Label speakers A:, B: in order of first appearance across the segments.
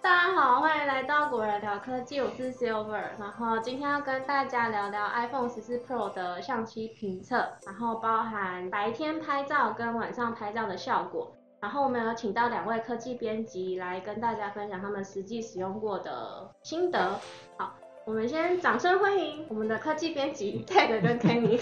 A: 大家好，欢迎来到果仁聊科技，我是 Silver。然后今天要跟大家聊聊 iPhone 十四 Pro 的相机评测，然后包含白天拍照跟晚上拍照的效果。然后我们有请到两位科技编辑来跟大家分享他们实际使用过的心得。好，我们先掌声欢迎我们的科技编辑 Ted 跟 Kenny，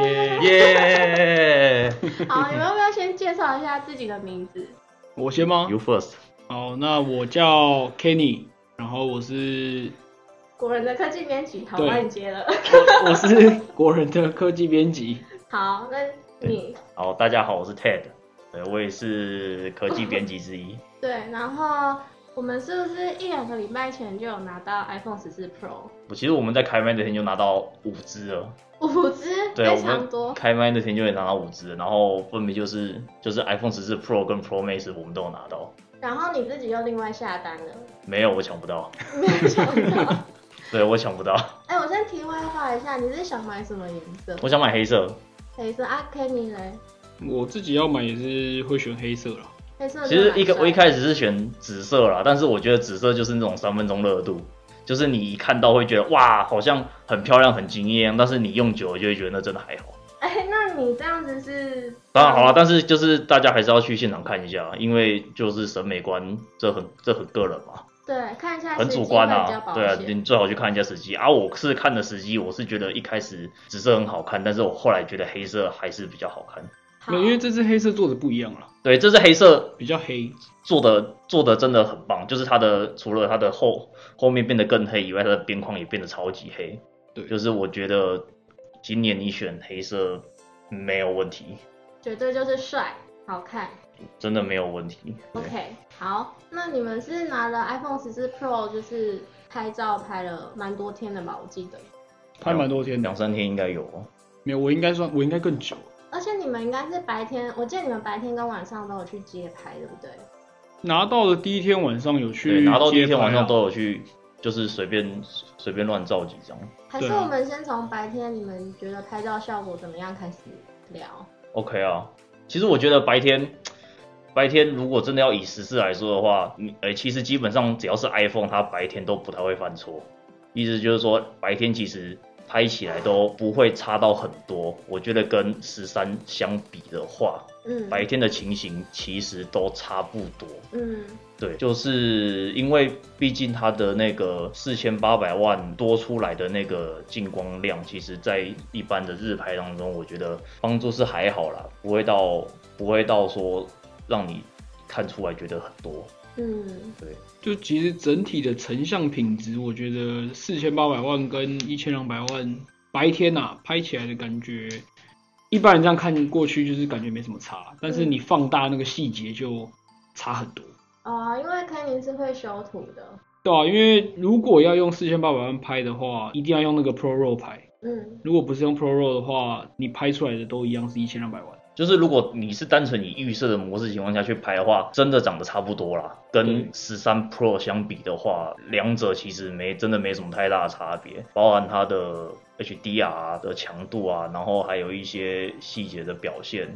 A: 耶！
B: 耶！
A: 好，你们要不要先介绍一下自己的名字？
B: 我先吗
C: You first，
B: 好，那我叫 Kenny，然后我是
A: 果仁的科技编辑，好，
B: 对
A: 帮你接了。
B: 我我是国人的科技编辑。
A: 好，那你
C: 好，大家好，我是 Ted，对我也是科技编辑之一。
A: 对，然后我们是不是一两个礼拜前就有拿到 iPhone 十四 Pro？
C: 我其实我们在开麦那天就拿到五支了，
A: 五只
C: 对，
A: 非
C: 我
A: 常多
C: 们，开麦那天就也拿到五支了，然后分别就是就是 iPhone 十四 Pro 跟 Pro Max 我们都有拿到，
A: 然后你自己又另外下单 了，
C: 没有我抢不到，
A: 没有想到。
C: 对我抢不到，
A: 哎、我先题外话一下，你是想买什么颜色？
C: 我想买黑色，
A: 黑色啊，Kenny 嘞？
B: 我自己要买也是会选黑色啦。
A: 黑色
C: 其实一个我一
A: 看，
C: 开始是选紫色啦，但是我觉得紫色就是那种三分钟热度，就是你一看到会觉得哇，好像很漂亮很惊艳，但是你用久了就会觉得那真的还好。
A: 哎、那你这样子是？
C: 当然好了，但是就是大家还是要去现场看一下，因为就是审美观这很这很个人嘛，
A: 对，看一下
C: 很
A: 实际
C: 主观
A: 会比较
C: 啊。
A: 保
C: 对啊，
A: 险
C: 你最好去看一下时机啊。我是看的时机，我是觉得一开始紫色很好看，但是我后来觉得黑色还是比较好看。
A: 好
B: 没有，因为这次黑色做的不一样啦，
C: 对，这是黑色
B: 比较黑。
C: 做的做的真的很棒，就是它的除了它的后后面变得更黑以外，它的边框也变得超级黑。
B: 对
C: 就是我觉得今年你选黑色没有问题，
A: 绝对就是帅好看。
C: 真的没有问题。对
A: OK，好，那你们是拿了 iPhone 十四 Pro，就是拍照拍了蛮多天的吧？我记得，
B: 拍蛮多天
C: 两
B: 的，
C: 三天应该有哦。
B: 没有，我应该算我应该更久。
A: 而且你们应该是白天，我记得你们白天跟晚上都有去街拍，对不对？
B: 拿到的第一天晚上有去
C: 对，拿到第一
B: 街
C: 天
B: 拍啊
C: 晚上都有去，就是随便随便乱照几张。
A: 还是
B: 对啊
A: 我们先从白天你们觉得拍照效果怎么样开始聊？
C: OK 啊，其实我觉得白天白天如果真的要以实事来说的话，你呃、其实基本上只要是 iPhone，它白天都不太会犯错。意思就是说，白天其实拍起来都不会差到很多。我觉得跟十三相比的话，
A: 嗯，
C: 白天的情形其实都差不多。
A: 嗯，
C: 对，就是因为毕竟它的那个四千八百万多出来的那个进光量，其实在一般的日拍当中，我觉得帮助是还好啦，不会到不会到说让你看出来觉得很多。
A: 嗯，
B: 就其实整体的成像品质，我觉得四千八百万跟一千两百万白天呐、啊、拍起来的感觉，一般人这样看过去就是感觉没什么差，但
C: 嗯
B: 是你放大那个细节就差很多。
A: 哦，因为肯定是会修图的，
B: 对啊，因为如果要用四千八百万拍的话，一定要用那个 Pro RAW 拍。
A: 嗯，
B: 如果不是用 Pro RAW 的话，你拍出来的都一样是一千两百万。
C: 就是如果你是单纯以预设的模式情况下去拍的话，真的长得差不多啦。跟
B: 对
C: 十三 Pro 相比的话，两者其实没真的没什么太大的差别，包含它的 HDR 的强度啊，然后还有一些细节的表现，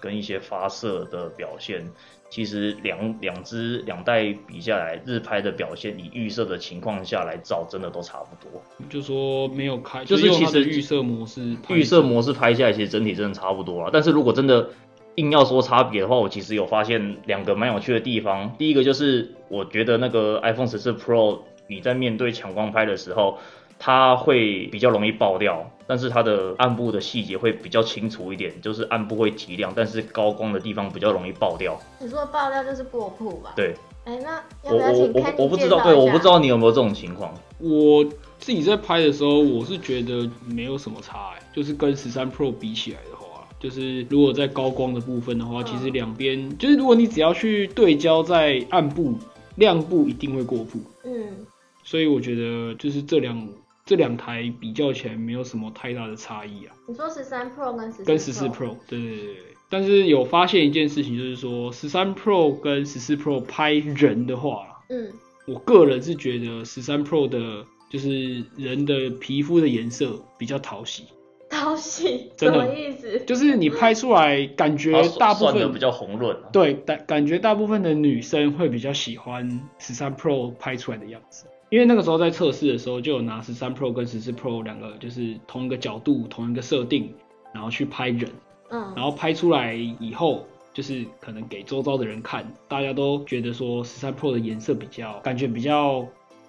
C: 跟一些发射的表现，其实两两只两代比下来，日拍的表现以预设的情况下来照，真的都差不多。
B: 就说没有开，
C: 就是
B: 用它的
C: 其实
B: 预设模式拍摄，
C: 预设模式拍下来，其实整体真的差不多啊。但是如果真的硬要说差别的话，我其实有发现两个蛮有趣的地方。第一个就是我觉得那个 iPhone 十四 Pro，你在面对强光拍的时候，它会比较容易爆掉，但是它的暗部的细节会比较清楚一点，就是暗部会提亮，但是高光的地方比较容易爆掉。
A: 你说爆料就是过曝吧？，
C: 对
A: 哎、那要不
C: 我
A: 要
C: 我
A: 请
C: 我
A: Kenny
C: 我不知
A: 介
C: 道，
A: 绍
C: 对，
A: 一
C: 我
A: 下
C: 不知，道你有没有这种情况。
B: 我自己在拍的时候，我是觉得没有什么差、欸，就是跟十三 Pro 比起来的话，就是如果在高光的部分的话，
A: 嗯
B: 其实两边就是如果你只要去对焦在暗部、亮部，一定会过曝。
A: 嗯，
B: 所以我觉得就是这两这两台比较起来没有什么太大的差异啊，
A: 你说十三 Pro 跟十
B: 跟十四 Pro 对对对对。但是有发现一件事情，就是说十三 Pro 跟十四 Pro 拍人的话啦，
A: 嗯，
B: 我个人是觉得十三 Pro 的就是人的皮肤的颜色比较讨喜，
A: 讨喜，
B: 真
A: 什
B: 的
A: 么意思？
B: 就是你拍出来感觉
C: 它
B: 大部
C: 算的
B: 分
C: 比较红润啊。
B: 对，感感觉大部分的女生会比较喜欢十三 Pro 拍出来的样子，因为那个时候在测试的时候就有拿十三 Pro 跟十四 Pro 两个就是同一个角度、同一个设定，然后去拍人，
A: 嗯，
B: 然后拍出来以后。就是可能给周遭的人看，大家都觉得说十三 Pro 的颜色比较感觉比较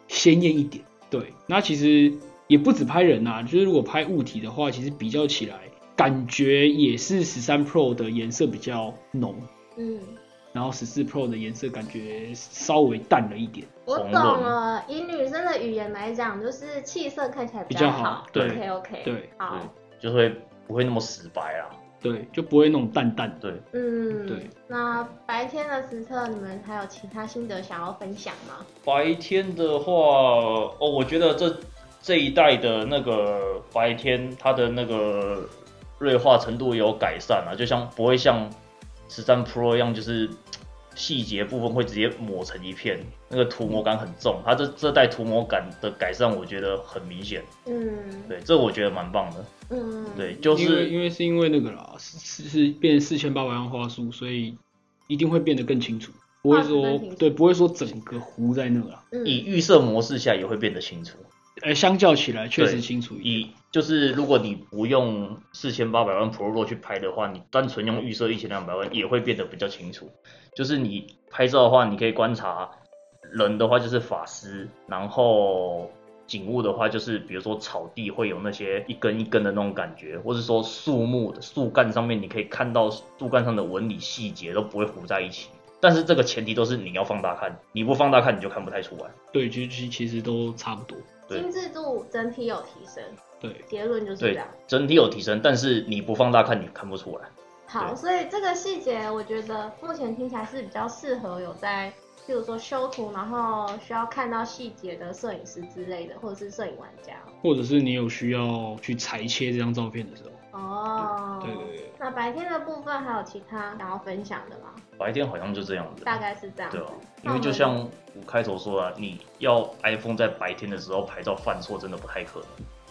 B: 鲜艳一点。对，那其实也不止拍人啊，就是如果拍物体的话，其实比较起来，感觉也是十三 Pro 的颜色比较浓。
A: 嗯，
B: 然后十四 Pro 的颜色感觉稍微淡了一点，
A: 我懂了。以女生的语言来讲，就是气色看起来
B: 比
A: 较
B: 较好对
A: OK OK，，
B: 对
A: 好，
C: 就会不会那么死白啦。
B: 对，就不会那种淡淡的。
C: 对，
A: 嗯，
B: 对。
A: 那白天的实测，你们还有其他心得想要分享吗？
C: 白天的话，哦，我觉得这这一代的那个白天，它的那个锐化程度有改善啊，就像不会像十三 Pro 一样，就是嘖细节部分会直接抹成一片，那个涂抹感很
B: 嗯
C: 重。它这这代涂抹感的改善，我觉得很明显。
A: 嗯
C: 对，这我觉得蛮棒的。
A: 嗯，
C: 对，就
B: 因为
C: 是
B: 因为是因为那个啦，是是是变四千八百万画素，所以一定会变得更清楚，不会
A: 画质
B: 说
A: 更清楚
B: 对，不会说整个糊在那啦。
A: 嗯
C: 以预设模式下也会变得清楚。
B: 呃，相较起来确实
C: 对
B: 清楚一点。
C: 以就是如果你不用四千八百万 Pro 去拍的话，你单纯用预设一千两百万也会变得比较清楚。就是你拍照的话，你可以观察人的话就是法师，然后景物的话就是比如说草地会有那些一根一根的那种感觉，或是说树木的树干上面你可以看到树干上的纹理细节都不会糊在一起。但是这个前提都是你要放大看，你不放大看你就看不太出来。
B: 对，其实其实都差不多。
C: 对
A: 精致度整体有提升，
B: 对，
A: 结论就是啊这
C: 对
A: 样。，
C: 整体有提升，但是你不放大看你看不出来。
A: 好，
C: 对
A: 所以这个细节我觉得目前听起来是比较适合有在，譬如说修图，然后需要看到细节的摄影师之类的，或者是摄影玩家。
B: 或者是你有需要去裁切这张照片的时候，
A: 哦，
B: 对对对对。
A: 那白天的部分还有其他想要分享的吗？
C: 白天好像就这样子，
A: 大概是这样子。
C: 对
B: 哦
C: 啊，因为就像我开头说啊，你要 iPhone 在白天的时候拍照犯错，真的不太可能。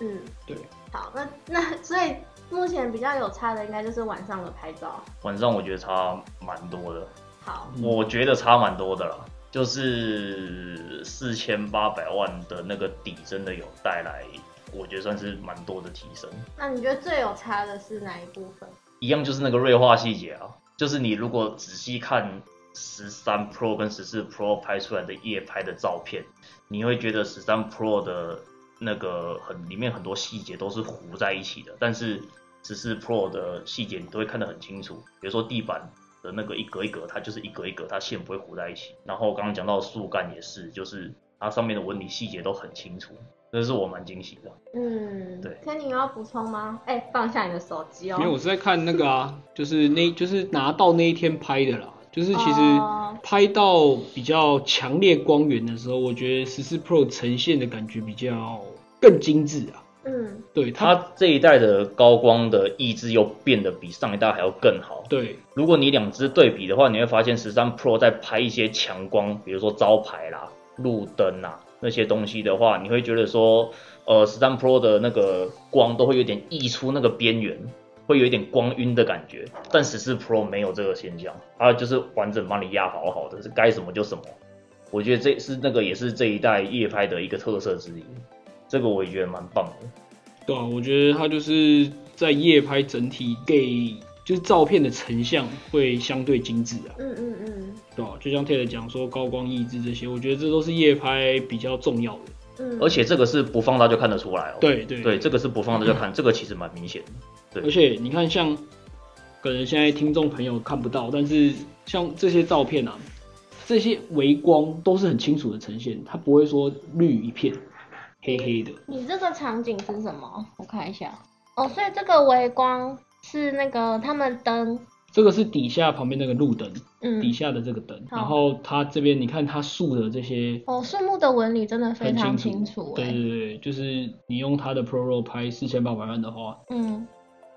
A: 嗯，
B: 对。
A: 好，那那所以目前比较有差的应该就是晚上的拍照。
C: 晚上我觉得差蛮多的，
A: 好，
B: 嗯
C: 我觉得差蛮多的啦，就是四千八百万的那个底真的有带来，我觉得算是蛮多的提升。
A: 那你觉得最有差的是哪一部分？
C: 一样就是那个锐化细节啊，就是你如果仔细看十三 Pro 跟十四 Pro 拍出来的夜拍的照片，你会觉得十三 Pro 的那个很里面很多细节都是糊在一起的，但是十四 Pro 的细节你都会看得很清楚，比如说地板。的那个一格一格，它就是一格一格，它线不会糊在一起。然后刚刚讲到的树干也是，就是它上面的纹理细节都很清楚，这是我蛮惊喜的。
A: 嗯，
C: 对
A: 天，你有要补充吗？哎、放下你的手机哦。
B: 没有，我是在看那 个啊，就是那就是拿到那一天拍的啦，就是其实
A: 哦
B: 拍到比较强烈光源的时候，我觉得十四 Pro 呈现的感觉比较更精致啊。
A: 嗯
B: 对它，
C: 它这一代的高光的抑制又变得比上一代还要更好，
B: 对
C: 如果你两只对比的话，你会发现十三 Pro 在拍一些强光，比如说招牌啦、路灯啦那些东西的话，你会觉得说，呃，十三 Pro 的那个光都会有点溢出那个边缘，会有一点光晕的感觉。但十四 Pro 没有这个现象，它就是完整帮你压好好的，是该什么就什么。我觉得这是那个也是这一代夜拍的一个特色之一，这个我也觉得蛮棒的。
B: 对啊，我觉得它就是在夜拍整体给就是照片的成像会相对精致啊，
A: 嗯嗯嗯
B: 对啊，就像 Ted 讲说高光抑制这些，我觉得这都是夜拍比较重要的。
A: 嗯，
C: 而且这个是不放大就看得出来哦。
B: 对对
C: 对，这个是不放大就看，这个其实蛮明显的。对
B: 而且你看像，可能现在听众朋友看不到，但是像这些照片啊，这些微光都是很清楚的呈现，它不会说绿一片黑黑的。
A: 你这个场景是什么？我看一下。哦，所以这个微光是那个他们灯
B: 这这个是底下旁边那个路灯，
A: 嗯
B: 底，下的这个灯，
A: 好
B: 然后它这边你看它竖的这些
A: 哦，树木的纹理真的非
B: 很
A: 常
B: 清
A: 清
B: 楚
A: 楚，，
B: 对
A: 哎，
B: 对对，就是你用它的 Pro Raw 拍四千八百万的话，
A: 嗯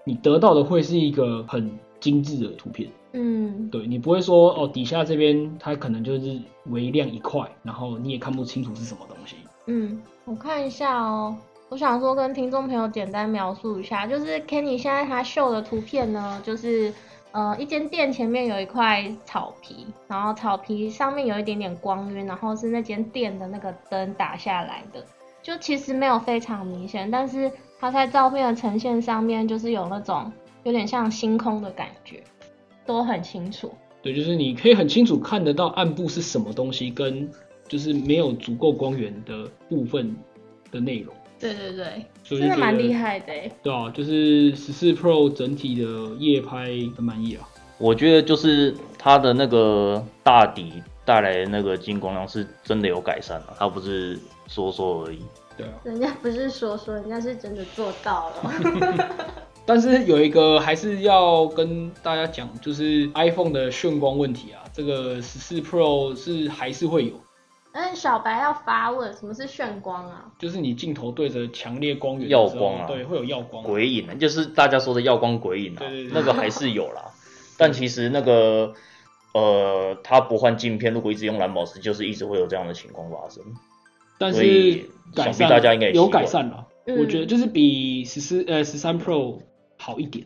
B: 你得到的会是一个很精致的图片，
A: 嗯，
B: 对你不会说哦底下这边它可能就是微量一块，然后你也看不清楚是什么东西，
A: 嗯，我看一下哦。我想说跟听众朋友简单描述一下，就是 Kenny 现在他秀的图片呢，就是呃一间店前面有一块草皮，然后草皮上面有一点点光晕，然后是那间店的那个灯打下来的，就其实没有非常明显，但是它在照片的呈现上面就是有那种有点像星空的感觉，都很清楚。
B: 对，就是你可以很清楚看得到暗部是什么东西，跟就是没有足够光源的部分的内容，
A: 对对对，
B: 所
A: 真
B: 以
A: 的
B: 就觉
A: 蛮
B: 得
A: 厉害的欸。
B: 对啊，就是十四 Pro 整体的夜拍很满意啊。
C: 我觉得就是它的那个大底带来的那个进光量是真的有改善了、它不是说说而已。
B: 对啊，
A: 人家不是说说，人家是真的做到了。
B: 但是有一个还是要跟大家讲，就是 iPhone 的眩光问题啊，这个十四 Pro 是还是会有，
A: 但是小白要发问，什么是炫光啊？
B: 就是你镜头对着强烈光源的
C: 耀
B: 时候
C: 光啊
B: 对，会有耀光。
C: 鬼影啊，就是大家说的耀光鬼影啊，
B: 对对对
C: 那个还是有 啦。但其实那个呃，它不换镜片，如果一直用蓝宝石，就是一直会有这样的情况发生。
B: 但
C: 所以
B: 是
C: 想
B: 改
C: 必
B: 善
C: 大家应该也习
B: 有
C: 惯
B: 改善了，
A: 嗯
B: 我觉得就是比十四呃十三 Pro 好一点，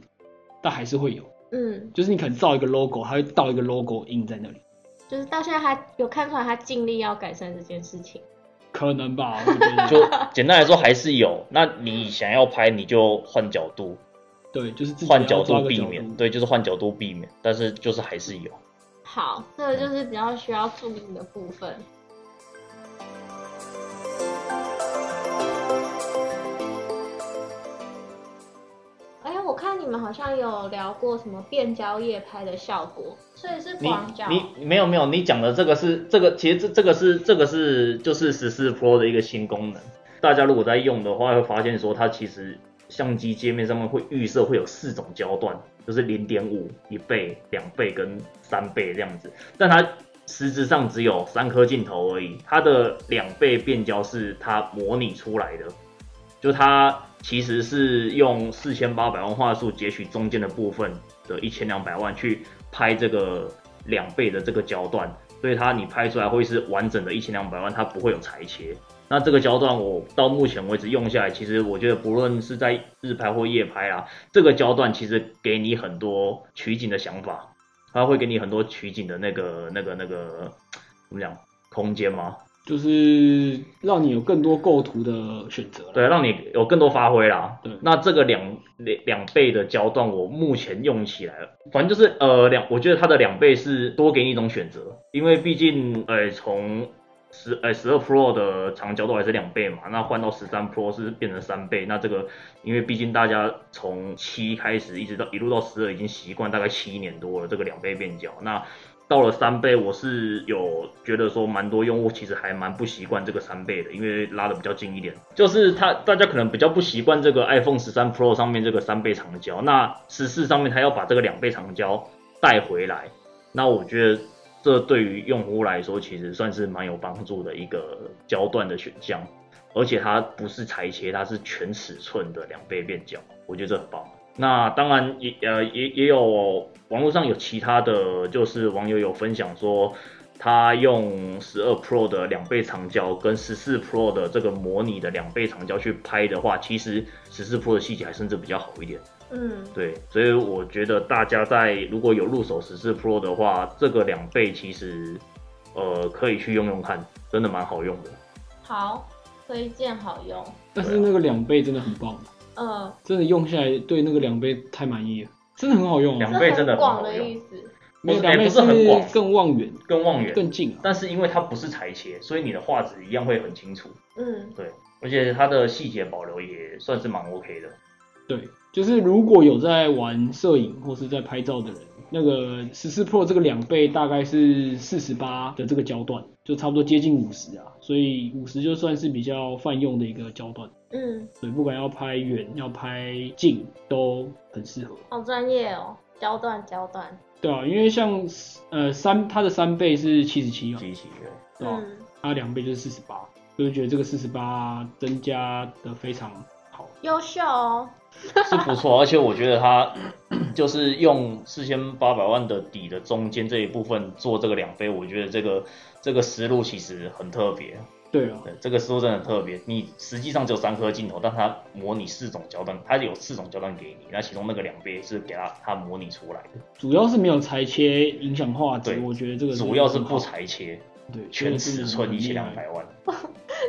B: 但还是会有，
A: 嗯，
B: 就是你可能造一个 logo，它会倒一个 logo 印在那里，
A: 就是到现在还有看出来他尽力要改善这件事情。
B: 可能 吧，我觉得
C: 就简单来说还是有。那你想要拍，你就换角度，
B: 对，就是自己
C: 换
B: 要
C: 角
B: 抓
C: 度
B: 个
C: 避
B: 角
C: 免，
B: 度
C: 对，就是换角度避免，但是就是还是有。
A: 好，这个就是比较需要注意的部分。哎、我看你们好像有聊过什么变焦夜拍的效果，所以是
C: 你
A: 广角。
C: 你没有没有，你讲的这个是这个，其实这这个是这个是就是十四 Pro 的一个新功能。大家如果在用的话，会发现说它其实相机界面上面会预设会有四种焦段，就是零点五、一倍、两倍跟三倍这样子。但它实质上只有三颗镜头而已，它的两倍变焦是它模拟出来的，就它其实是用四千八百万画素截取中间的部分的一千两百万去拍这个两倍的这个焦段，所以它你拍出来会是完整的一千两百万，它不会有裁切。那这个焦段我到目前为止用下来，其实我觉得不论是在日拍或夜拍啊，这个焦段其实给你很多取景的想法，它会给你很多取景的那个那个那个怎么讲空间吗？
B: 就是让你有更多构图的选择啦。
C: 对，让你有更多发挥啦。
B: 对
C: 那这个两两两倍的焦段，我目前用起来，反正就是呃两，我觉得它的两倍是多给你一种选择，因为毕竟呃从十呃十二 Pro 的长焦段还是两倍嘛，那换到十三 Pro 是变成三倍，那这个因为毕竟大家从七开始一直到一路到十二已经习惯大概七年多了，这个两倍变焦，那到了三倍，我是有觉得说蛮多用户其实还蛮不习惯这个三倍的，因为拉的比较近一点，就是他大家可能比较不习惯这个 iPhone 十三 Pro 上面这个三倍长焦，那十四上面它要把这个两倍长焦带回来，那我觉得这对于用户来说其实算是蛮有帮助的一个焦段的选项，而且它不是裁切，它是全尺寸的两倍变焦，我觉得这很棒。那当然也呃也也有网络上有其他的，就是网友有分享说，他用十二 Pro 的两倍长焦跟十四 Pro 的这个模拟的两倍长焦去拍的话，其实十四 Pro 的细节还甚至比较好一点。
A: 嗯，
C: 对，所以我觉得大家在如果有入手十四 Pro 的话，这个两倍其实呃可以去用用看，真的蛮好用的。
A: 好，推荐好用。
B: 但是那个两倍真的很棒，
A: 呃，
B: 真的用下来对那个两倍太满意了，真的很好用
C: 两
B: 啊。
C: 倍
A: 这
C: 真的
A: 很
C: 很
A: 广
C: 好
A: 的
C: 用
A: 意思。嗯
B: 没有
C: 不是哎
B: 两倍
C: 不是很广
B: 更望远、
C: 更望远，
B: 更近啊。
C: 但是因为它不是裁切，所以你的画质一样会很清楚。
A: 嗯，
C: 而且它的细节保留也算是蛮 OK 的。
B: 对，就是如果有在玩摄影或是在拍照的人，那个十四 Pro 这个两倍大概是四十八的这个焦段，就差不多接近五十啊，所以五十就算是比较泛用的一个焦段，
A: 嗯，
B: 所以不管要拍远要拍近都很适合。
A: 好专业哦，焦段焦段，
B: 对啊，因为像呃三它的三倍是七十七啊，
C: 机器人。
B: 对啊吧？
A: 嗯，
B: 它两倍就是四十八，就是觉得这个四十八增加的非常好。
A: 优秀哦，
C: 是不错，而且我觉得他就是用四千八百万的底的中间这一部分做这个两飞，我觉得这个这个思路其实很特别，
B: 对啊，
C: 对，这个思路真的很特别。你实际上只有三颗镜头，但它模拟四种焦段，它有四种焦段给你，那其中那个两杯是给它它模拟出来的，
B: 主要是没有裁切影响画质，
C: 对
B: 我觉得这个
C: 主要是
B: 很好
C: 不，裁切，
B: 对，
C: 全尺寸一千两百万，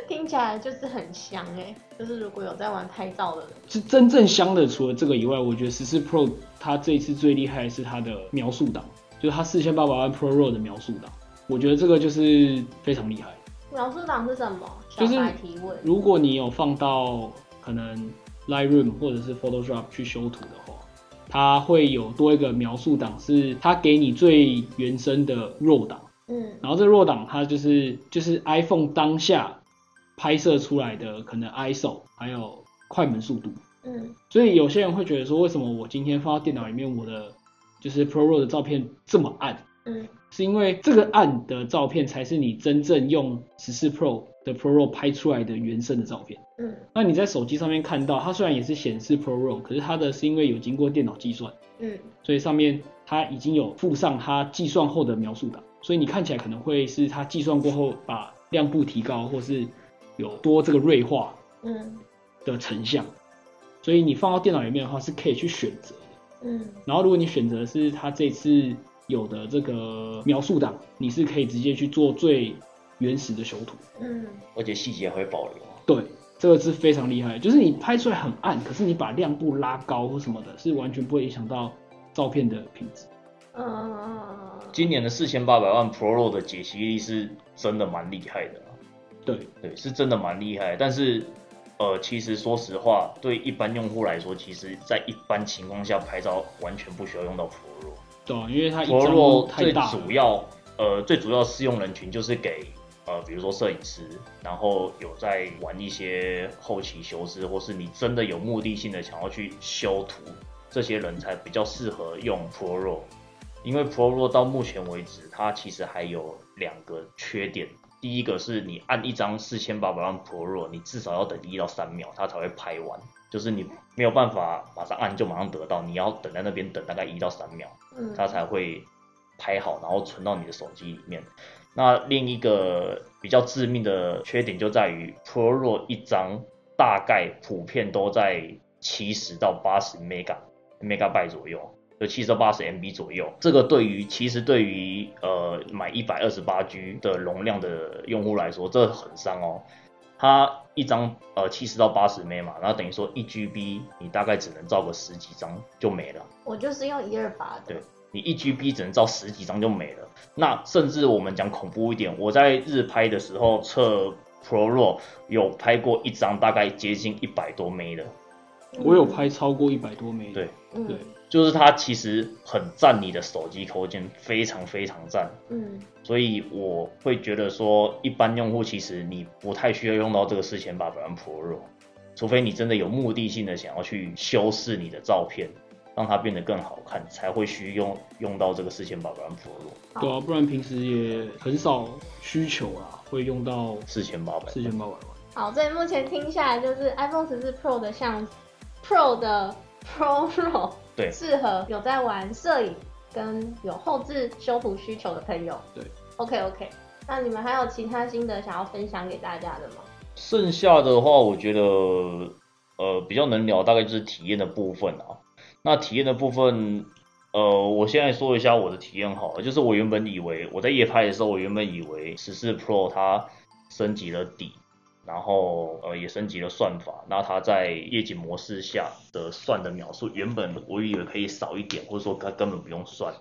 A: 听起来就是很香哎，就是如果有在玩拍照的人，
B: 是真正香的。除了这个以外，我觉得十四 Pro 它这一次最厉害的是它的描述档，就是它四千八百万 Pro RAW 的描述档，我觉得这个就是非常厉害。
A: 描述党是什么？小
B: 就是
A: 白提问，
B: 如果你有放到可能 Lightroom 或者是 Photoshop 去修图的话，它会有多一个描述档，是它给你最原生的 RAW 档，
A: 嗯
B: 然后这 RAW 档它就是就是 iPhone 当下拍摄出来的可能 ISO 还有快门速度，
A: 嗯
B: 所以有些人会觉得说，为什么我今天放到电脑里面，我的就是 Pro RAW 的照片这么暗？
A: 嗯
B: 是因为这个暗的照片才是你真正用十四 Pro 的 Pro RAW 拍出来的原生的照片。
A: 嗯
B: 那你在手机上面看到，它虽然也是显示 Pro RAW，可是它的是因为有经过电脑计算，
A: 嗯
B: 所以上面它已经有附上它计算后的描述档，所以你看起来可能会是它计算过后把亮部提高，或是有多这个锐化
A: 嗯
B: 的成像。所以你放到电脑里面的话，是可以去选择的。
A: 嗯
B: 然后如果你选择是它这次有的这个描述档，你是可以直接去做最原始的修图。
A: 嗯，
C: 而且细节还会保留。
B: 对，这个是非常厉害的，就是你拍出来很暗，可是你把亮度拉高或什么的，是完全不会影响到照片的品质。
A: 嗯
C: 今年的四千八百万 Pro RAW 的解析力是真的蛮厉害的啊、
B: 对，
C: 对，是真的蛮厉害。但是，呃，其实说实话，对一般用户来说，其实在一般情况下拍照完全不需要用到 Pro
B: 对啊、因为它
C: RAW。
B: 一
C: Pro
B: 张
C: RAW
B: 太
C: 最
B: 大
C: 主
B: 了，
C: 要，呃，最主要适用人群就是给呃，比如说摄影师，然后有在玩一些后期修饰，或是你真的有目的性的想要去修图，这些人才比较适合用 Pro RAW。因为 Pro RAW 到目前为止，它其实还有两个缺点。第一个是你按一张四千八百万 Pro RAW，你至少要等一到三秒，它才会拍完，就是你没有办法马上按就马上得到，你要等在那边等大概一到三秒，
A: 嗯，
C: 它才会拍好，然后存到你的手机里面。那另一个比较致命的缺点就在于 Pro RAW 一张大概普遍都在七十到八十 mega megabyte 左右，就七十到八十 MB 左右。这个对于其实对于呃买一百二十八 G 的容量的用户来说，这很伤哦。它一张呃七十到八十 m 嘛，然后等于说一 GB 你大概只能照个十几张就没了。
A: 我就是用一二八的
C: 对，你一 GB 只能照十几张就没了。那甚至我们讲恐怖一点，我在日拍的时候测 Pro RAW 有拍过一张大概接近一百多枚的，
B: 我有拍超过一百多枚。
C: 对
A: 嗯，
B: 对
C: 就是它其实很占你的手机空间，非常非常占。
A: 嗯
C: 所以我会觉得说，一般用户其实你不太需要用到这个四千八百万 Pro RAW，除非你真的有目的性的想要去修饰你的照片，让它变得更好看，才会需用用到这个四千八百万 Pro RAW。
B: 对啊，不然平时也很少需求啦，会用到
C: 四千八百，
B: 四千八百万。
A: 好，所以目前听下来就是 iPhone 十四 Pro 的相，Pro 的 Pro RAW
C: 对
A: 适合有在玩摄影跟有后置修图需求的朋友。
B: 对
A: ，OK OK。那你们还有其他新的想要分享给大家的吗？
C: 剩下的话，我觉得呃比较能聊，大概就是体验的部分啊。那体验的部分，呃，我现在说一下我的体验好了，就是我原本以为我在夜拍的时候，我原本以为十四 Pro 它升级了底，然后呃也升级了算法，那它在夜景模式下的算的描述，原本我以为可以少一点，或者说它根本不用算，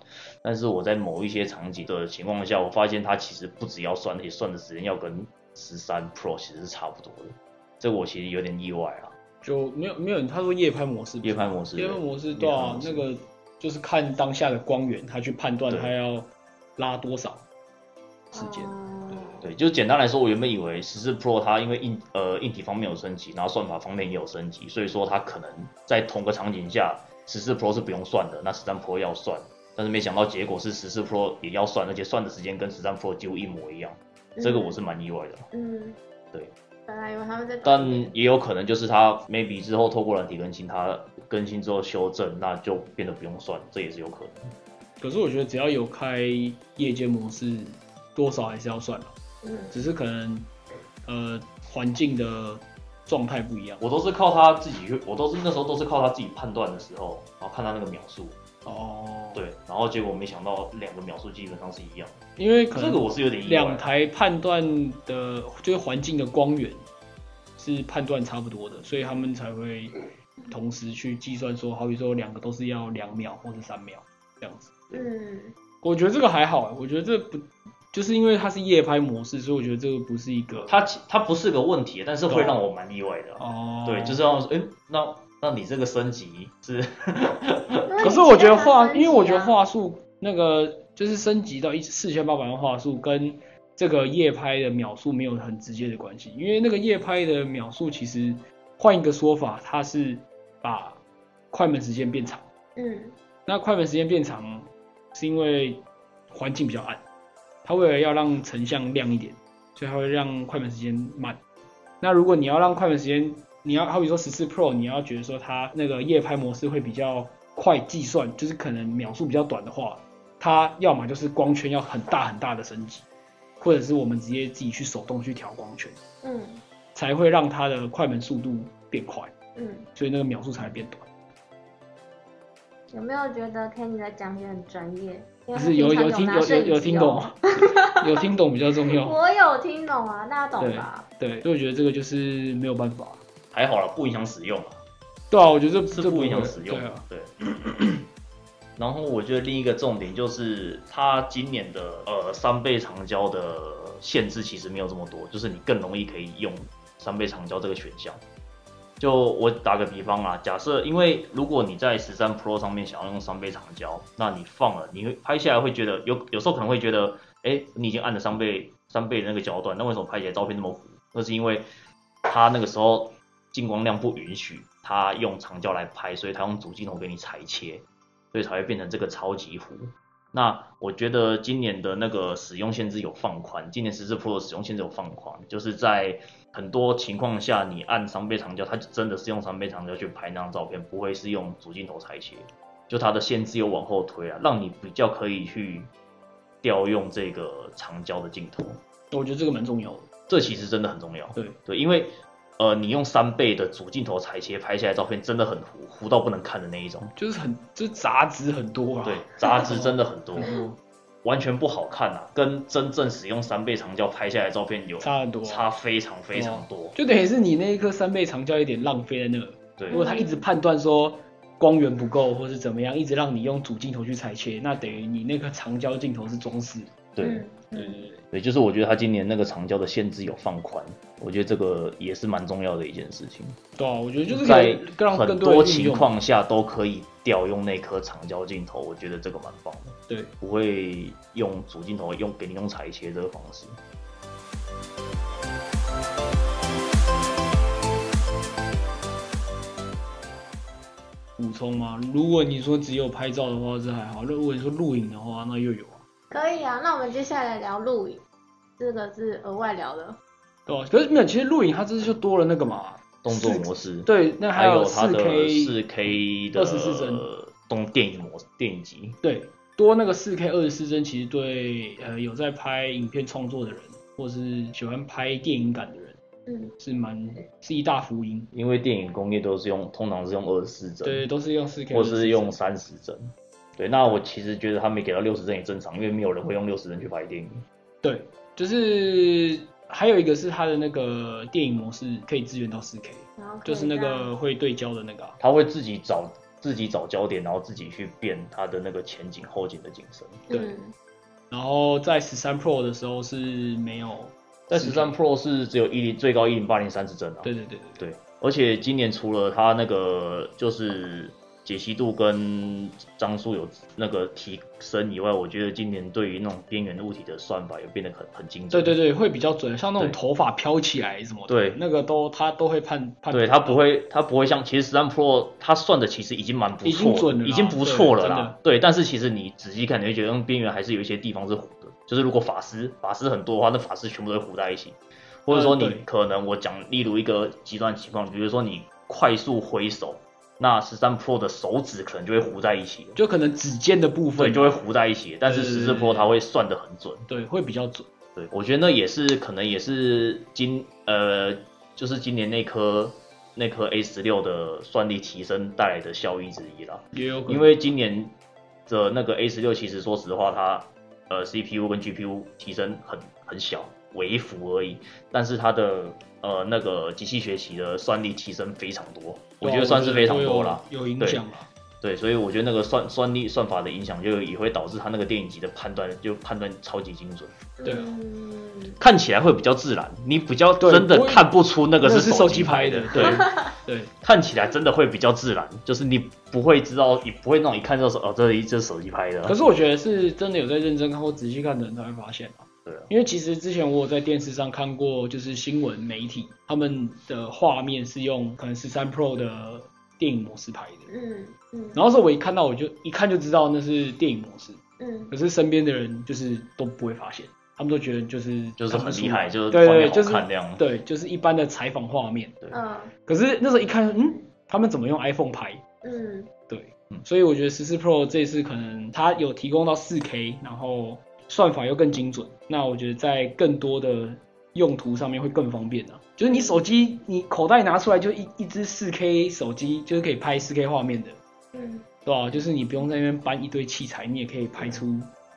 C: 但是我在某一些场景的情况下，我发现它其实不只要算，而且算的时间要跟十三 Pro 其实是差不多的，这我其实有点意外啊。
B: 就没有没有，他说夜拍模式不是，
C: 夜拍模式
B: 夜拍模式对啊，那
C: 夜拍模
B: 个就是看当下的光源，他去判断他要拉多少时间。
A: 哦
C: 对，就是简单来说，我原本以为十四 Pro 它因为硬呃硬体方面有升级，然后算法方面也有升级，所以说它可能在同个场景下，十四 Pro 是不用算的，那十三 Pro 要算。但是没想到结果是十四 Pro 也要算，而且算的时间跟十三 Pro 几乎一模一样，这个我是蛮意外的。
A: 嗯，
C: 对。
A: 本来以为他们在搞
C: 但
A: 一个
C: 也有可能就是它 maybe 之后透过软体更新，它更新之后修正，那就变得不用算，这也是有可能。
B: 可是我觉得只要有开夜间模式，多少还是要算的，啊
A: 嗯
B: 只是可能呃环境的状态不一样。
C: 我都是靠他自己去，我都是那时候都是靠他自己判断的时候，然后看他那个秒数，
B: 哦，，
C: 对，然后结果没想到两个秒数基本上是一样，
B: 因为可
C: 这个
B: 能
C: 我是有点意外
B: 两。台判断的，就是环境的光源是判断差不多的，所以他们才会同时去计算说，好比说两个都是要两秒或者三秒这样子。
A: 嗯
B: 我觉得这个还好、欸我觉得这不就是因为它是夜拍模式，所以我觉得这个不是一个
C: 它其它不是个问题，但是会让我蛮意外的。
B: 哦，
C: 对，就是让我说，哎、那那你这个升级是，
B: 可是我觉得
A: 那
B: 话，
A: 你
B: 因为
A: 觉得它升级啊
B: 我觉得话术那个就是升级到一四千八百万话术，跟这个夜拍的秒数没有很直接的关系，因为那个夜拍的秒数其实换一个说法，它是把快门时间变长。
A: 嗯
B: 那快门时间变长是因为环境比较暗，它为了要让成像亮一点，所以它会让快门时间慢。那如果你要让快门时间，你要好比说十四 Pro，你要觉得说它那个夜拍模式会比较快计算，就是可能秒数比较短的话，它要么就是光圈要很大很大的升级，或者是我们直接自己去手动去调光圈，
A: 嗯
B: 才会让它的快门速度变快，
A: 嗯，
B: 所以那个秒数才会变短。
A: 有没有觉得 Kenny 的讲解很专业？因为他
B: 可是有
A: 平常
B: 有听
A: 拿
B: 有
A: 摄
B: 有
A: 影
B: 有
A: 机
B: 听
A: 哦
B: 懂，有听懂比较 重要。
A: 我有听懂啊，大家懂吧？
B: 对，所以我觉得这个就是没有办法。
C: 还好了，不影响使用啊，
B: 对啊，我觉得这
C: 是
B: 这
C: 不影响
B: 会
C: 使用
B: 对啊，，
C: 对。 然后我觉得另一个重点就是，它今年的呃三倍长焦的限制其实没有这么多，就是你更容易可以用三倍长焦这个选项。就我打个比方啊，假设因为如果你在十三 Pro 上面想要用三倍长焦，那你放了，你会拍下来会觉得有有时候可能会觉得，哎，你已经按了三倍三倍的那个焦段，那为什么拍起来照片那么糊？那是因为它那个时候进光量不允许它用长焦来拍，所以它用主镜头给你裁切，所以才会变成这个超级糊。那我觉得今年的那个使用限制有放宽，今年十四 Pro 的使用限制有放宽，就是在很多情况下，你按三倍长焦，它真的是用三倍长焦去拍那张照片，不会是用主镜头裁切，就它的限制又往后推啊，让你比较可以去调用这个长焦的镜头，
B: 我觉得这个蛮重要的。
C: 这其实真的很重要。
B: 对，
C: 对，因为呃，你用三倍的主镜头裁切拍下来的照片，真的很糊，糊到不能看的那一种。
B: 就是很就是杂质很多啊。
C: 对，杂质真的很多
B: 很，多，
C: 完全不好看啊，跟真正使用三倍长焦拍下来的照片有
B: 差很多啊，
C: 差非常非常多。
B: 就等于是你那一颗三倍长焦有点浪费在那。
C: 对
B: 如，果他一直判断说光源不够或是怎么样，一直让你用主镜头去裁切，那等于你那颗长焦镜头是装饰。
A: 嗯
C: 对，
B: 对对对，
C: 对，就是我觉得他今年那个长焦的限制有放宽，我觉得这个也是蛮重要的一件事情，
B: 对啊，我觉得就是可
C: 在
B: 以让更
C: 很
B: 多
C: 多
B: 人运
C: 情
B: 用。
C: 况下都可以调用那颗长焦镜头，我觉得这个蛮棒的，
B: 对，
C: 不会用主镜头用给你用裁切这个方式。
B: 补充吗？如果你说只有拍照的话，这还好；如果你说录影的话，那又有啊，
A: 可以啊。那我们接下来聊录影，这个是额外聊的。
B: 对吧、可是没有，其实录影它这就多了那个嘛，
C: 动作模式，
B: 对，那
C: 还
B: 有
C: 它
B: 四
C: 的
B: K，
C: 四 K 的
B: 24帧
C: 动电影模电影机，
B: 对，多那个四 K 二十四帧，其实对呃有在拍影片创作的人，或是喜欢拍电影感的人，
A: 嗯，
B: 是蛮是一大福音。
C: 因为电影工业都是用通常是用二十四帧，
B: 对，都是用四 K，
C: 或是用三十帧。对，那我其实觉得他没给到六十帧也正常，因为没有人会用六十帧去拍电影。
B: 对，就是还有一个是它的那个电影模式可以支援到四 K，
A: 然后可以
B: 就是那
A: 这样
B: 个会对焦的那个啊、
C: 他会自己找自己找焦点，然后自己去变他的那个前景、后景的景深。
B: 对
A: 嗯
B: 然后在十三 Pro 的时候是没有 4K，
C: 在十三 Pro 是只有一零最高一零八零三十帧啊。
B: 对对对对
C: 对，而且今年除了它那个就是解析度跟张数有那个提升以外，我觉得今年对于那种边缘物体的算法也变得很很精准。
B: 对对对，会比较准，像那种
C: 对
B: 头发飘起来什么的，
C: 对
B: 那个都他都会判判，
C: 对它不会，它不会像其实十三 Pro 它算的其实已经蛮不
B: 已经
C: 错
B: 准了啦
C: 已经不错了
B: 对真
C: 啦
B: 的。
C: 对，但是其实你仔细看，你会觉得嗯，边缘还是有一些地方是糊的。就是如果法师法师很多的话，那法师全部都会糊在一起，或者说
B: 嗯
C: 你
B: 对
C: 可能我讲，例如一个极端情况，比如说你快速挥手，那十三 Pro 的手指可能就会糊在一起了，
B: 就可能指尖的部
C: 对，
B: 分
C: 就会糊在一起。但是十四
B: 对
C: Pro 它会算的很准。
B: 对会比较准。
C: 对，我觉得那也是可能也是今呃，就是今年那颗那颗 A 十六的算力提升带来的效益之一啦。
B: 也有可能，
C: 因为今年的那个 A 十六，其实说实话，它呃 CPU 跟 GPU 提升很很小，微幅而已，但是它的呃那个机器学习的算力提升非常多，我
B: 对啊
C: 觉得算是非常多啦。
B: 都有有影
C: 对
B: 响啦。
C: 对，所以我觉得那个算算力算法的影响，就也会导致它那个电影级的判断就判断超级精准。
B: 对啊
A: 嗯，
C: 看起来会比较自然，你比较
B: 对不
C: 真的
B: 会
C: 看不出那个
B: 那是
C: 手
B: 手机拍
C: 的
B: 的，
C: 对，
B: 对，
C: 看起来真的会比较自然，就是你不会知道，你不会那种一看就说哦，这一这是手机拍的，
B: 可是我觉得是真的有在认真看或仔细看的人才会发现啊。
C: 对啊
B: 因为其实之前我有在电视上看过，就是新闻媒体他们的画面是用可能十三 Pro 的电影模式拍的，
A: 嗯嗯，
B: 然后是我一看到我就一看就知道那是电影模式，
A: 嗯
B: 可是身边的人就是都不会发现，他们都觉得就是
C: 就是很厉害，就是
B: 对
C: 画面
B: 对，
C: 好
B: 就是
C: 看这样。
B: 对，就是一般的采访画面。
A: 嗯
B: 可是那时候一看，嗯，他们怎么用 iPhone 拍？
A: 嗯
B: 对，
C: 嗯
B: 所以我觉得十四 Pro 这次可能它有提供到四 K，然后算法又更精准，那我觉得在更多的用途上面会更方便啊。就是你手机，你口袋拿出来就一一只四 K 手机，就是可以拍四 K 画面的，
A: 嗯
B: 对吧、就是你不用在那边搬一堆器材，你也可以拍出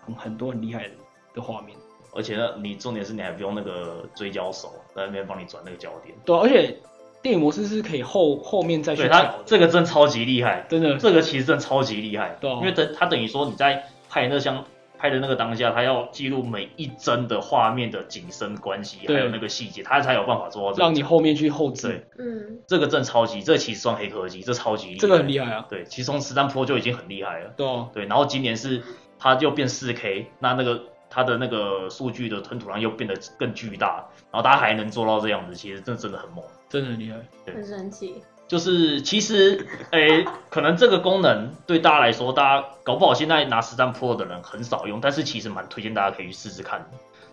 B: 很很多很厉害的的画面，
C: 而且呢，你重点是你还不用那个追焦手在那边帮你转那个焦点，
B: 对啊、而且电影模式是可以后后面再去
C: 对
B: 调
C: 它
B: 的，
C: 这个真超级厉害，
B: 真的
C: 这个其实真超级厉害，
B: 对啊
C: 因为等它等于说你在拍那像拍的那个当下，它要记录每一帧的画面的景深关系，
B: 对
C: 还有那个细节，它才有办法做到这个。
B: 让你后面去后置
C: 对，
A: 嗯
C: 这个真超级，这其实算黑科技，这超级厉害
B: 这个很厉害啊，
C: 对，其实从十三 Pro 就已经很厉害了。
B: 对啊，
C: 对，然后今年是它又变四 K，那那个它的那个数据的吞吐量又变得更巨大，然后它还能做到这样子，其实这真的很猛。
B: 真的很厉害，
A: 很神奇，
C: 就是其实， 诶、可能这个功能对大家来说，大家搞不好现在拿十三 Pro 的人很少用，但是其实蛮推荐大家可以去试试看的。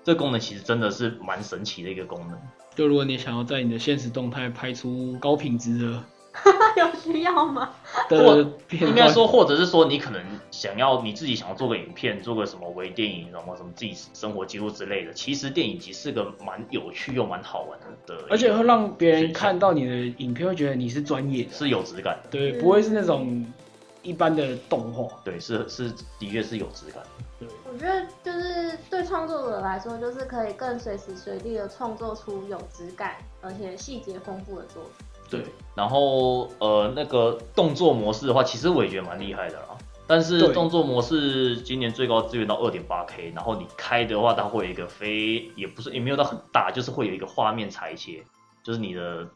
C: 这功能其实真的是蛮神奇的一个功能。
B: 就如果你想要在你的现实动态拍出高品质的
A: 那有需要吗？
B: 的片段，
C: 应该说，或者是说你可能想要你自己想要做个影片，做个什么微电影，然后什么自己生活记录之类的。其实电影集是个蛮有趣又蛮好玩的一个，
B: 而且会让别人看到你的影片，会觉得你是专业的，
C: 是有质感的，
B: 对，
A: 嗯
B: 不会是那种一般的动画，
C: 对，是是的确是有质感的。
B: 对，
A: 我觉得就是对创作者来说，就是可以更随时随地的创作出有质感而且细节丰富的作品。
B: 对，
C: 然后呃，那个动作模式的话，其实我也觉得蛮厉害的啦。啊但是
B: 对
C: 动作模式今年最高支援到二点八 K，然后你开的话，它会有一个非也不是也没有到很大，就是会有一个画面裁切，就是你的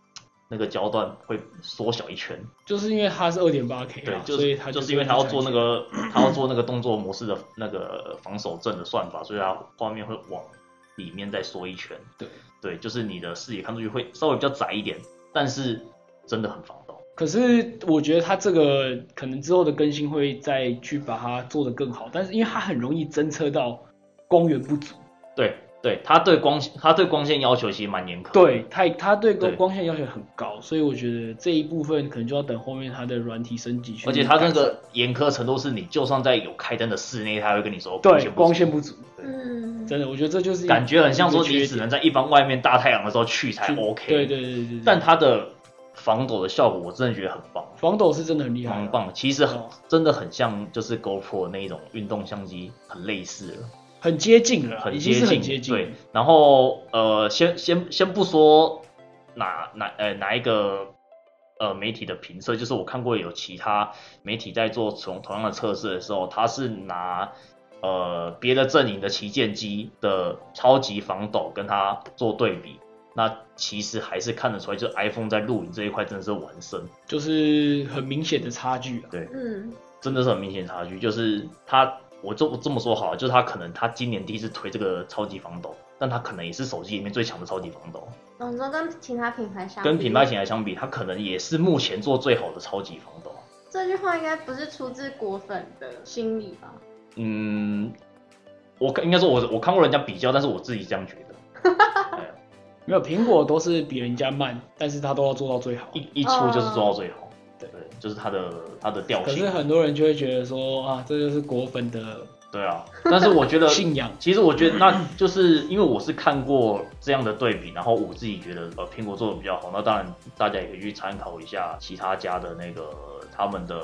C: 那个焦段会缩小一圈。
B: 就是因为它是二点八 K，
C: 对，啊就
B: 所以
C: 是
B: 它
C: 就是
B: 是
C: 因为他要做那个他要做那个动作模式的那个防守阵的算法，所以他画面会往里面再缩一圈。
B: 对
C: 对，就是你的视野看出去会稍微比较窄一点，但是真的很防抖。
B: 可是我觉得它这个可能之后的更新会再去把它做得更好，但是因为它很容易侦测到光源不足，
C: 对对，他对光他对光线要求其实蛮严苛。
B: 对，，它它对光
C: 对
B: 光线要求很高，所以我觉得这一部分可能就要等后面它的软体升级去
C: 而
B: 改
C: 且
B: 善，
C: 他那个严苛程度是你就算在有开灯的室内，他会跟你说
B: 对
C: 不
B: 光
C: 足
B: 线不足，
A: 嗯，
B: 真的，我觉得这就是一
C: 感觉很像说
B: 一个
C: 你
B: 缺
C: 只
B: 点
C: 能在一般外面大太阳的时候去才
B: 去
C: OK。
B: 对对对对对，
C: 但它的防抖的效果，我真的觉得很棒。
B: 防抖是真的很厉害啊，
C: 蛮嗯棒，其实很
B: 哦
C: 真的很像就是 GoPro 那一种运动相机，很类似了，
B: 很接近了啦，啊已经
C: 接
B: 是
C: 近，
B: 很接近了。
C: 对，然后呃，先先先不说哪哪呃哪一个呃媒体的评测，就是我看过有其他媒体在做同同样的测试的时候，他是拿呃别的阵营的旗舰机的超级防抖跟它做对比，那其实还是看得出来，就是 iPhone 在录影这一块真的是完胜，
B: 就是很明显的差距啊。
A: 嗯，
C: 真的是很明显的差距。就是它，我这我这么说好了，就是它可能它今年第一次推这个超级防抖，但它可能也是手机里面最强的超级防抖，
A: 哦，你说跟其他品牌相比，
C: 跟品牌，型来相比，它可能也是目前做最好的超级防抖。
A: 这句话应该不是出自果粉的心里吧？
C: 嗯，我看应该说我我看过人家比较，但是我自己这样觉得。哎对
B: 没有苹果都是比人家慢，但是它都要做到最好。
C: 一一出就是做到最好，
B: 对
C: 对，就是它的它的调
B: 可
C: 性。
B: 是很多人就会觉得说啊，这就是果粉的
C: 对啊，但是我觉得，
B: 信仰。
C: 其实我觉得那就是因为我是看过这样的对比，然后我自己觉得呃苹果做的比较好，那当然大家也可以去参考一下其他家的那个他们的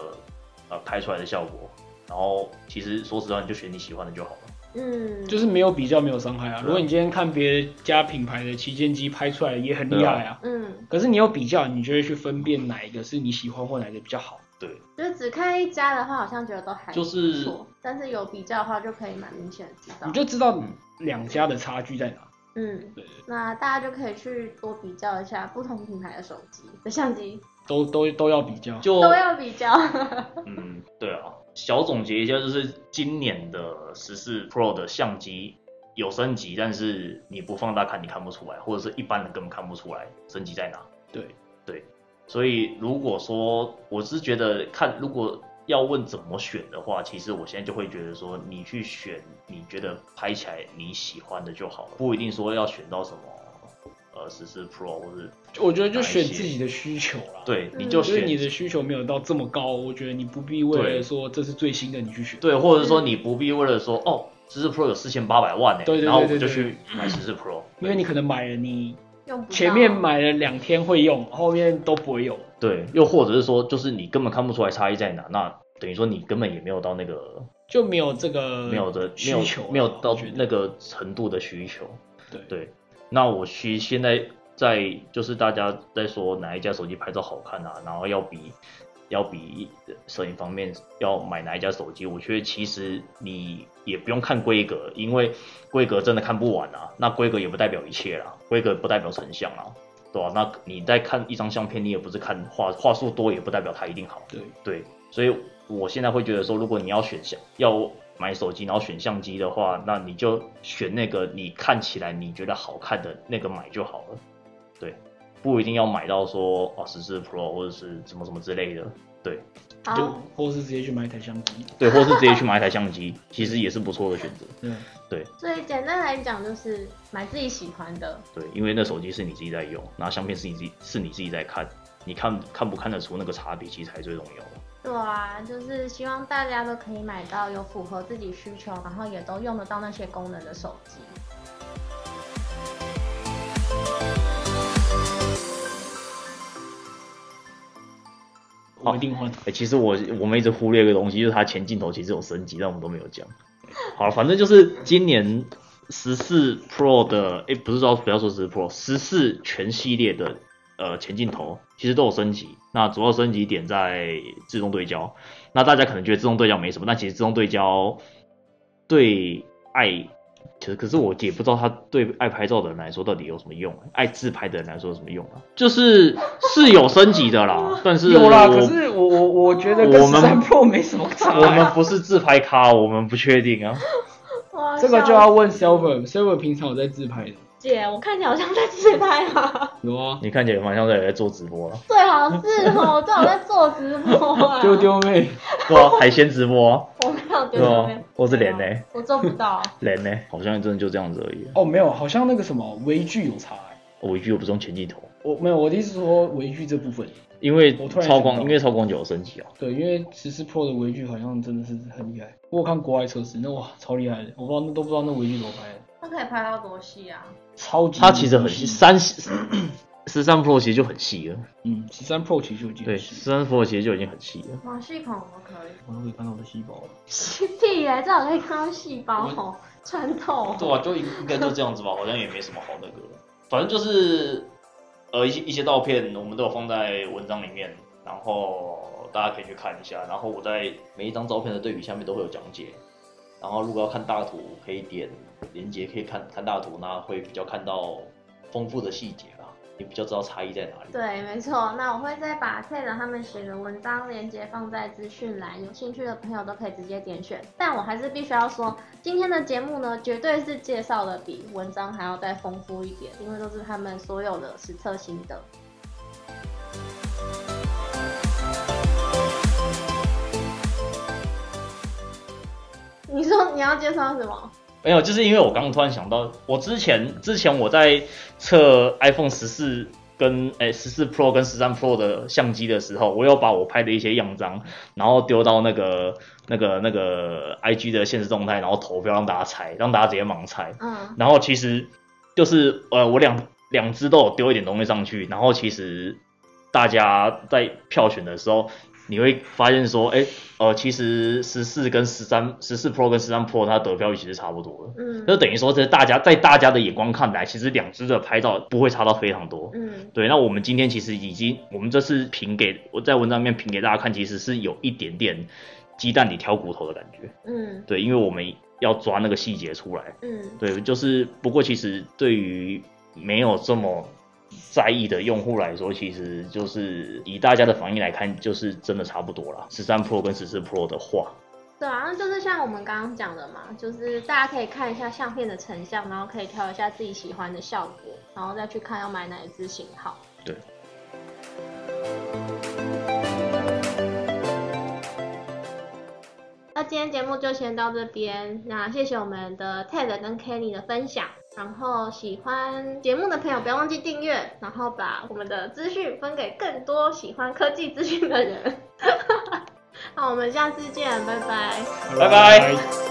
C: 呃拍出来的效果，然后其实说实话你就选你喜欢的就好了。
A: 嗯，，
B: 就是是没有比较，没有伤害啊。如果你今天看别家品牌的旗舰机拍出来也很厉害啊，
A: 嗯，
B: 可是你有比较，你就会去分辨哪一个是你喜欢或哪一个比较好。
A: 就是只看一家的话，好像觉得都还
C: 就是
A: 不错但是有比较的话，就可以蛮明显的知道
B: 你。就知道两家的差距在哪。
A: 嗯
B: 对，
A: 那大家就可以去多比较一下不同品牌的手机的相机，
B: 都都都要比较，
C: 就
A: 都要比较。
C: 嗯，对啊，小总结一下，就是今年的十四 Pro 的相机有升级，但是你不放大看你看不出来，或者是一般人根本看不出来升级在哪。
B: 对
C: 对，所以如果说我是觉得看，如果要问怎么选的话，其实我现在就会觉得说，你去选你觉得拍起来你喜欢的就好了，不一定说要选到什么呃十四 Pro 或者
B: 我觉得就选
C: 哪一些
B: 自己的需求啦。，
C: 对，你
A: 嗯
C: 就
B: 就
C: 选
B: 是你的需求没有到这么高，我觉得你不必为
C: 对
B: 了说这是最新的你去选。
C: 对，或者说你不必为了说哦，十四 Pro 有四千八百万呢、欸
B: 对对对
C: 然后我
B: 对
C: 就
B: 对
C: 去买十四 Pro，
B: 因为你可能买了你
A: 用不到
B: 前面买了两天会用，后面都不会用。
C: 对，又或者是说就是你根本看不出来差异在哪，那等于说你根本也没有到那个
B: 就没有这个
C: 没有的没
B: 需求啦啊
C: 有没有
B: 我
C: 到
B: 觉得
C: 那个程度的需求。
B: 对
C: 对，那我其实现在在就是大家在说哪一家手机拍照好看啊，然后要比要比摄影方面要买哪一家手机，我觉得其实你也不用看规格，因为规格真的看不完啊，那规格也不代表一切啦，规格不代表成像啊。对吧、那你在看一张相片，你也不是看画画素多，也不代表它一定好。
B: 对
C: 对，所以我现在会觉得说，如果你要选相要买手机，然后选相机的话，那你就选那个你看起来你觉得好看的那个买就好了。对，不一定要买到说哦十四 Pro 或者是什么什么之类的。对
B: 就
A: 好，
B: 或是直接去买一台相机。
C: 对，或是直接去买一台相机，其实也是不错的选择。
B: 对，啊
A: 所以简单来讲就是买自己喜欢的，
C: 对，因为那手机是你自己在用，然后相片是你自己是你自己在看，你看看不看得出那个差别，其实才最重要的。
A: 对啊，就是希望大家都可以买到有符合自己需求，然后也都用得到那些功能的手机。
B: 我一定换。
C: 欸，其实我我们一直忽略一个东西，就是它前镜头其实有升级，但我们都没有讲。好了，反正就是今年十四 Pro 的，诶，不是说不要说十四 Pro，十四全系列的呃前镜头其实都有升级。那主要升级点在自动对焦。那大家可能觉得自动对焦没什么，但其实自动对焦对爱，其实可是我也不知道它对爱拍照的人来说到底有什么用、啊爱自拍的人来说有什么用啊？就是是有升级的啦，但是
B: 有啦，
C: 我
B: 可是我我我觉得跟
C: 我们
B: 13 Pro 没什么差、啊
C: 我们不是自拍咖，我们不确定啊。
A: 哇，
B: 这个就要问 Silver，Silver 平常有在自拍的，
A: 姐，我看你好像在自拍 啊，
B: 有啊，
C: 你看起来蛮像在在做直播啊了，
A: 最好是哦，我最好在做直播啊，
B: 丢，丢妹，
C: 对啊，海鲜直播啊，
A: 我没有丢
C: 对
A: 丢
C: 啊
A: 妹，，
C: 我是连呢，
A: 我做不到，
C: 连呢，好像真的就这样子而已。啊
B: 哦没有，好像那个什么微距有差、欸，
C: 哦我一句我不是用前镜头，
B: 我没有，我的意思是说微距这部分，
C: 因为
B: 我突然
C: 超
B: 想
C: 光，
B: 到
C: 因为超光九有升级啊。
B: 对，因为十四 Pro 的微距好像真的是很厉害，我有看国外测试，那哇超厉害的，我不知道那都不知道那微距怎么拍的，
A: 它可以拍到多细啊？
B: 超级
C: 它其实很细，
B: 细，
C: 三十三 Pro 其实就很细了，
B: 嗯，十三 Pro 其实就已经
C: 对，
B: 很
C: 十
B: 细，
C: 三 Pro 其实就已经很细了。
A: 哇，细孔我可以，
B: 我都可以看到我的细胞了，
A: 屁耶，这好可以看到细胞哦，穿透，
C: 对啊，就应应该就这样子吧，好像也没什么好那个。反正就是呃一些一些照片，我们都有放在文章里面，然后大家可以去看一下。然后我在每一张照片的对比下面都会有讲解。然后如果要看大图，可以点连接，可以看看大图，那会比较看到
D: 丰富的细节啦，你比较知道差异在哪里。
A: 对，没错。那我会再把蔡长他们写的文章链接放在资讯栏，有兴趣的朋友都可以直接点选。但我还是必须要说，今天的节目呢，绝对是介绍的比文章还要再丰富一点，因为都是他们所有的实测心得。你说你要介绍什么？
C: 没有，就是因为我刚刚突然想到，我之前之前我在测 iPhone 十四跟诶十四 Pro 跟十三 Pro 的相机的时候，我有把我拍的一些样张，然后丢到那个那个那个 IG 的现实动态，然后投票让大家猜，让大家直接盲猜。
A: 嗯，
C: 然后其实就是呃，我两两只都有丢一点东西上去，然后其实大家在票选的时候，你会发现说，哎，呃，其实十四跟十三、十四 Pro 跟十三 Pro 它得票率其实差不多的，
A: 嗯
C: 就等于说这大家在大家的眼光看来，其实两只的拍照不会差到非常多。
A: 嗯，
C: 对，那我们今天其实已经，我们这次评给我在文章里面评给大家看，其实是有一点点鸡蛋里挑骨头的感觉。
A: 嗯，
C: 对，因为我们要抓那个细节出来。
A: 嗯，
C: 对，就是不过其实对于没有这么在意的用户来说，其实就是以大家的反应来看，就是真的差不多啦。十三 Pro 跟十四 Pro 的话，
A: 对啊，那就是像我们刚刚讲的嘛，就是大家可以看一下相片的成像，然后可以挑一下自己喜欢的效果，然后再去看要买哪一支型号。
C: 对。
A: 那今天节目就先到这边，那谢谢我们的 Ted 跟 Kenny 的分享。然后喜欢节目的朋友不要忘记订阅，然后把我们的资讯分给更多喜欢科技 资讯的人。那我们下次见，拜拜。
C: 拜拜
B: 拜